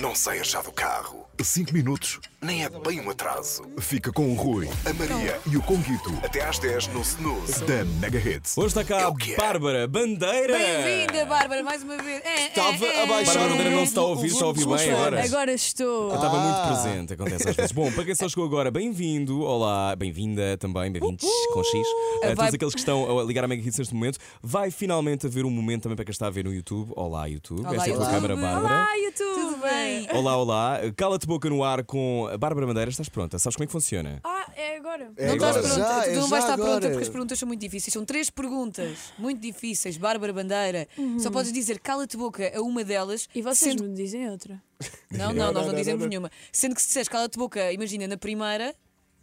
Não saias já do carro. 5 minutos. Nem é bem um atraso. Fica com o Rui A Maria, e o Conguito até às 10 no Snooze. da Mega Hits. Hoje está cá É a o que é. Bárbara Bandeira. Bem-vinda, Bárbara, mais uma vez. É, Estava é, é. a baixar Bárbara o- Bandeira não se está a o ouvir, volume está a ouvir dos meus bem agora. fones. Agora estou. Eu estava Ah. muito presente, acontece às vezes. Bom, para quem só chegou agora, bem-vindo, olá, bem-vinda também, bem-vindos com X. A Vai- todos aqueles que estão a ligar a Mega Hits neste momento, vai finalmente haver um momento também para quem está a ver no YouTube. Olá, YouTube. Olá, Esta é a tua YouTube. câmara, Bárbara. Olá, YouTube. Tudo bem? Olá, olá. Cala-te boca no ar com a Bárbara Bandeira. Estás pronta? Sabes como é que funciona? Ah, é agora. É não estás agora. pronta. Já, tu é não já vais estar pronta agora. porque as perguntas são muito difíceis. São três perguntas muito difíceis, Bárbara Bandeira. Só podes dizer cala-te boca a uma delas. Uhum. E vocês sendo- me dizem outra. Não, não, nós não, não não, dizemos não. nenhuma. Sendo que se disseres cala-te boca, imagina na primeira,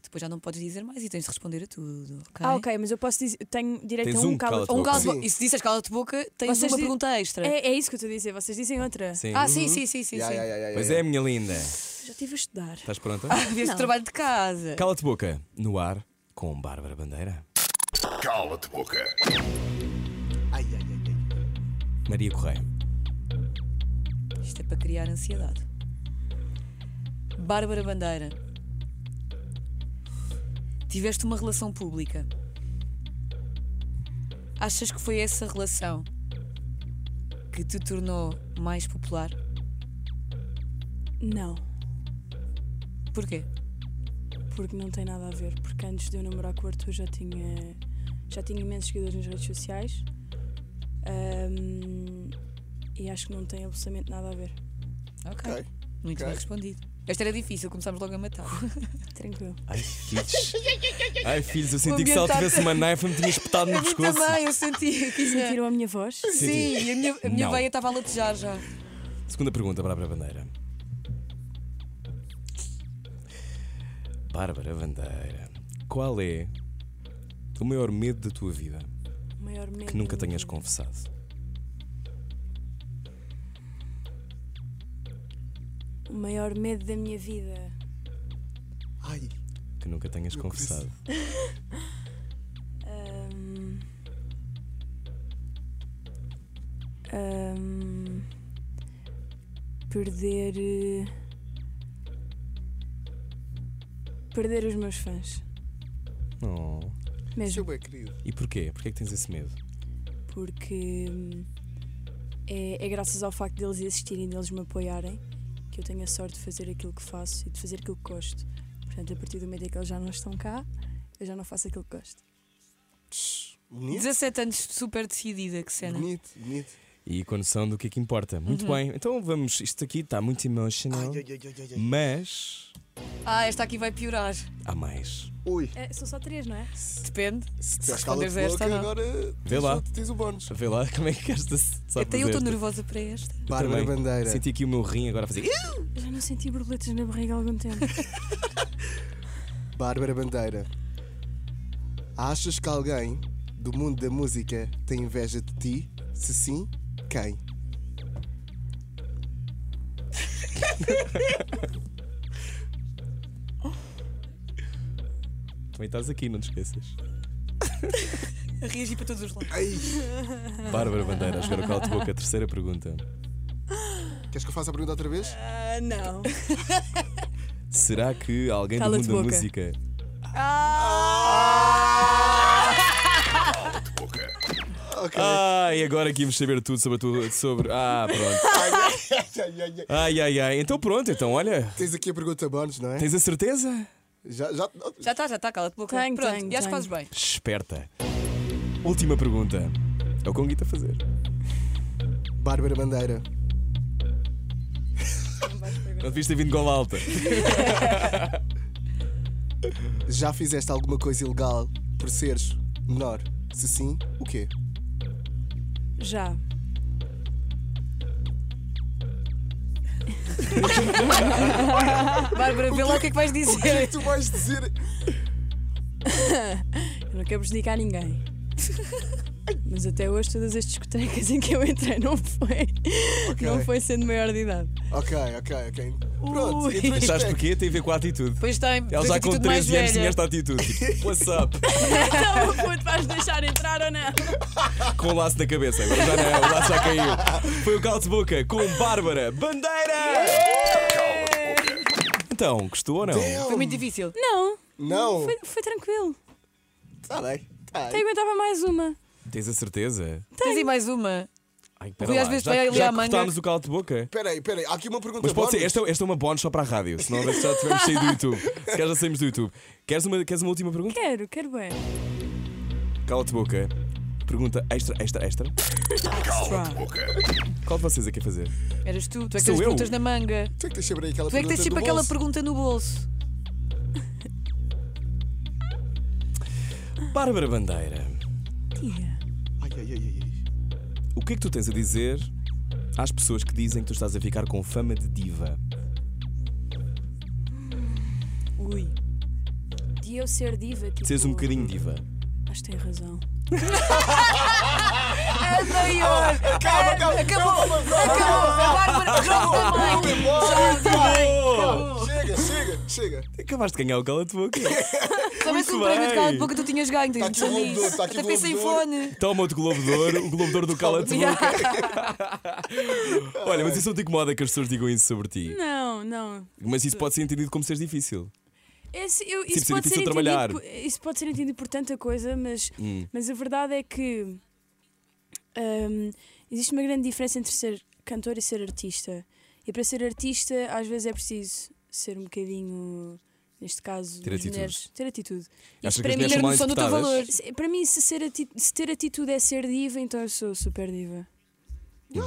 depois já não podes dizer mais e tens de responder a tudo. ok? Ah, ok, mas eu posso dizer. Tenho direito Tens a um um cala cala-te Um boca. cala-te Sim. boca. E se disseres cala-te boca, tens Vocês uma di- pergunta extra. É, é isso que eu estou a dizer, vocês dizem outra. Sim. Ah, Uhum. sim, sim, sim, sim. Ya, sim. ya, ya, ya, Pois ya. é, minha linda. Já estive a estudar. Estás pronta? Vieste de trabalho de casa. Cala-te boca no ar com Bárbara Bandeira. Cala-te boca. Maria Correia. Isto é para criar ansiedade. Bárbara Bandeira. Tiveste uma relação pública. Achas que foi essa relação que te tornou mais popular? Não, Porquê? porque não tem nada a ver. Porque antes de eu namorar com o Arthur já tinha, já tinha imensos seguidores nas redes sociais. Ahm, e acho que não tem absolutamente nada a ver. Ok. Ok. Muito Ok. bem respondido. Esta era difícil, começámos logo a matar. Tranquilo. Ai, filhos. Ai, filhos, eu senti que se ambiente ela tá- tivesse assim. uma knife, me tinha espetado no pescoço. eu senti que Sentiram a minha voz? Sim, a minha, a minha Não. veia estava a latejar já. Segunda pergunta, Bárbara Bandeira. Bárbara Bandeira, qual é o maior medo da tua vida O maior medo. que nunca tenhas confessado? O maior medo da minha vida. Ai, Que nunca tenhas confessado. Ahm. Ahm. perder. eh, Perder os meus fãs. Oh. Mesmo seu bem querido. E porquê? Porquê é que tens esse medo? porque hum, é, é graças ao facto deles existirem, deles me apoiarem, que eu tenho a sorte de fazer aquilo que faço e de fazer aquilo que gosto. Portanto, a partir do momento em que eles já não estão cá, eu já não faço aquilo que gosto. Bonito, 17 anos super decidida, que cena. bonito, bonito. E com a noção do que é que importa. Muito bem, então vamos. Isto aqui está muito Ai, emotional, Uhum. ai, ai, ai, ai, ai. mas Ah, esta aqui vai piorar. há mais. Ui, são só três, não é? Depende. Se já responderes a cala-te esta, boca, não. agora Vê tens lá. o- Tens o bónus. Vê lá como é que esta se sabe Até eu fazer. estou nervosa para esta. Bárbara Também. Bandeira. Senti aqui o meu rim agora a fazer. Já não senti borboletas na barriga há algum tempo. Bárbara Bandeira. Achas que alguém do mundo da música tem inveja de ti? Se sim, quem? Também estás aqui, não te esqueças. A reagir para todos os lados. Ai, Bárbara Bandeira, a jogar o calo de boca, terceira pergunta. queres que eu faça a pergunta outra vez? Ah, não. Será que alguém do Cala-te mundo da boca. música. Boca. Ok. Ah, e agora que íamos saber tudo sobre a tua. Sobre... Ah, pronto. Ai, ai, ai. Ai, ai, ai. Então pronto, então olha. Tens aqui a pergunta bónus, não é? Tens a certeza? Já, já, Já está, já está, cala-te boca. Tenho, Pronto, tenho, e acho tenho. que fazes bem. Esperta. Última pergunta. É o Conguito a fazer. Bárbara Bandeira. Não devias ter vindo gola alta. Já fizeste alguma coisa ilegal por seres menor? Se sim, o quê? Já. Bárbara, vê lá o que é que vais O que é dizer. que tu vais dizer? Eu não quero prejudicar ninguém. Mas até hoje todas as discotecas em que eu entrei não foi, não foi sendo maior de idade. Ok, ok, ok. Pronto, entrou em Sabes destaque. porquê? Tem a ver com a atitude. Pois é tem. Ela tens já com atitude mais 13 anos velha. tinha esta atitude. Tipo, what's up? Então, puto, vais deixar entrar ou não? Com o laço na cabeça. Agora já não, é, o laço já caiu. Foi o Caldo de Boca com Bárbara Bandeira! Cala-te boca. Então, gostou ou não? Foi muito difícil. Não, Oh. Não, foi, foi tranquilo. está bem. Tá Até bem. aguentava mais uma. Tens a certeza? Tens aí mais uma. Ai, Rui, às vezes vai ali já à manga. cortámos o Caldo de Boca. Espera aí, espera aí. Há aqui uma pergunta Mas pode ser, bónus. esta, esta é uma bónus só para a rádio, senão já tivemos saído do YouTube. Se calhar já saímos do YouTube. Queres uma, queres uma última pergunta? Quero, quero bem. Cala-te boca. Pergunta extra, extra, extra. Cala-te boca. Qual de vocês é que é fazer? Eras tu. Tu é Sou que tens eu? perguntas na manga. Tu é que tens sempre aí aquela Tu é que tens pergunta sempre do aquela bolso. pergunta no bolso. Bárbara Bandeira, Diga. Ai, ai, ai, ai. o que é que tu tens a dizer às pessoas que dizem que tu estás a ficar com fama de diva? Ui. De eu ser diva, tipo... De Seres um bocadinho diva. Acho que tem razão. maior. Ah, Acaba, acaba. Acabou. Acabou. A Bárbara Vamos também. embora. Acabou! Chega, chega, chega. Acabaste de ganhar o cala-te boca. Também se um Muito prémio de bem. cala de boca tu tinhas ganho. Tens Tá aqui o Globo de Ouro, nisso. tá aqui o Até pensei em Globo de Ouro. fone. Toma-te Globo de Ouro, o Globo de Ouro do cala-te boca. Olha, mas isso é um não te incomoda que as pessoas digam isso sobre ti. Não, não. Mas isso pode ser entendido como seres difícil. Esse- eu- Sim, precisa isso, é pode difícil ser entendido trabalhar. por- isso pode ser entendido por tanta coisa, mas, Hum. mas a verdade é que hum, existe uma grande diferença entre ser cantor e ser artista. E para ser artista, às vezes é preciso ser um bocadinho, neste caso, Ter dos atitude. mulheres, ter atitude. Achas Isso que as para mim mulheres é são mal noção do teu interpretadas? valor. Se- Para mim, se, ser ati- se ter atitude é ser diva, então eu sou super diva.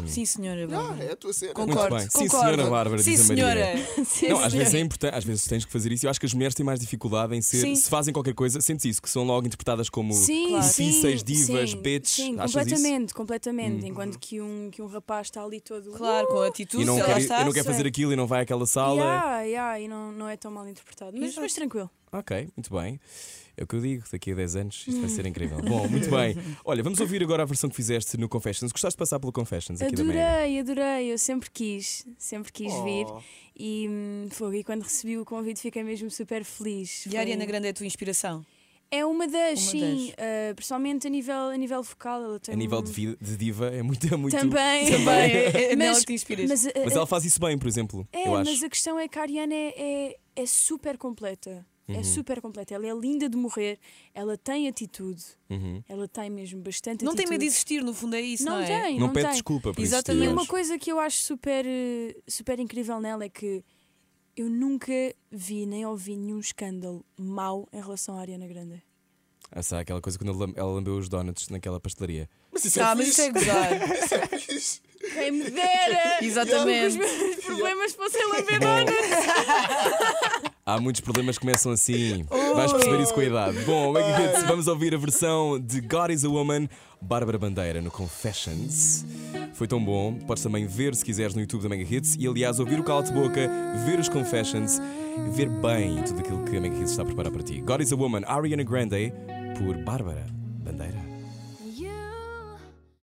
Sim, senhora. Ah, Bárbara. é a tua cena. Concordo. bem. Sim, Concordo. senhora Bárbara, Sim, diz a Maria. senhora. Sim, Não, às sim. vezes é importante, às vezes tens que fazer isso. Eu acho que as mulheres têm mais dificuldade em ser, Sim. se fazem qualquer coisa, sentes isso, que são logo interpretadas como Sim, Claro. sim, difíceis, divas, sim, bitches. Sim, Achas isso? Hum. completamente, completamente. Enquanto que um, que um rapaz está ali todo. Claro, com "Uh, a atitude. E não, sei lá quer, está. e não quer fazer sei. aquilo e não vai àquela sala. é Yeah, yeah, e não, não é tão mal interpretado. Mas, mas tranquilo. Ok, muito bem. É o que eu digo, daqui a 10 anos isto vai Hum. ser incrível. Bom, muito bem. Olha, vamos ouvir agora a versão que fizeste no Confessions. Gostaste de passar pelo Confessions aqui é da manhã? Adorei, adorei. Eu sempre quis, sempre quis Oh. vir. E, hum, fogo, e quando recebi o convite fiquei mesmo super feliz. E Foi- um a Ariana Grande é a tua inspiração. É uma das, Uma sim. ah, principalmente a nível, a nível vocal. Ela tem A nível um- de, vi- de diva é muito, é muito. Também. Também é, é nela Mas- que te inspiras. Mas, a- Mas ela faz isso bem, por exemplo, É, eu mas acho. a questão é que a Ariana é, é, é super completa. Uhum. É super completa. Ela é linda de morrer. Ela tem atitude. Uhum. Ela tem mesmo bastante não É tem atitude. medo de existir, no fundo é isso, não, Não, é? tem, Não, não, pede tem. desculpa por Exatamente. E isso. uma Dias. coisa que eu acho super, eh, super incrível nela é que eu nunca vi nem ouvi nenhum escândalo mau em relação à Ariana Grande. Ah, sabe, aquela coisa quando ela lam- ela lambeu os donuts naquela pastelaria. Mas isso Tá, é mas isso é fixe. gozar. é Quem me dera! Exatamente. Os meus problemas fossem lamber Bom, Há muitos problemas que começam assim. Vais perceber isso com a idade. Bom, Mega Hits, vamos ouvir a versão de God is a Woman, Bárbara Bandeira, no Confessions. Foi tão bom. Podes também ver, se quiseres, no YouTube da Mega Hits. E, aliás, ouvir o Cala de Boca, ver os Confessions, ver bem tudo aquilo que a Mega Hits está a preparar para ti. God is a Woman, Ariana Grande, por Bárbara Bandeira.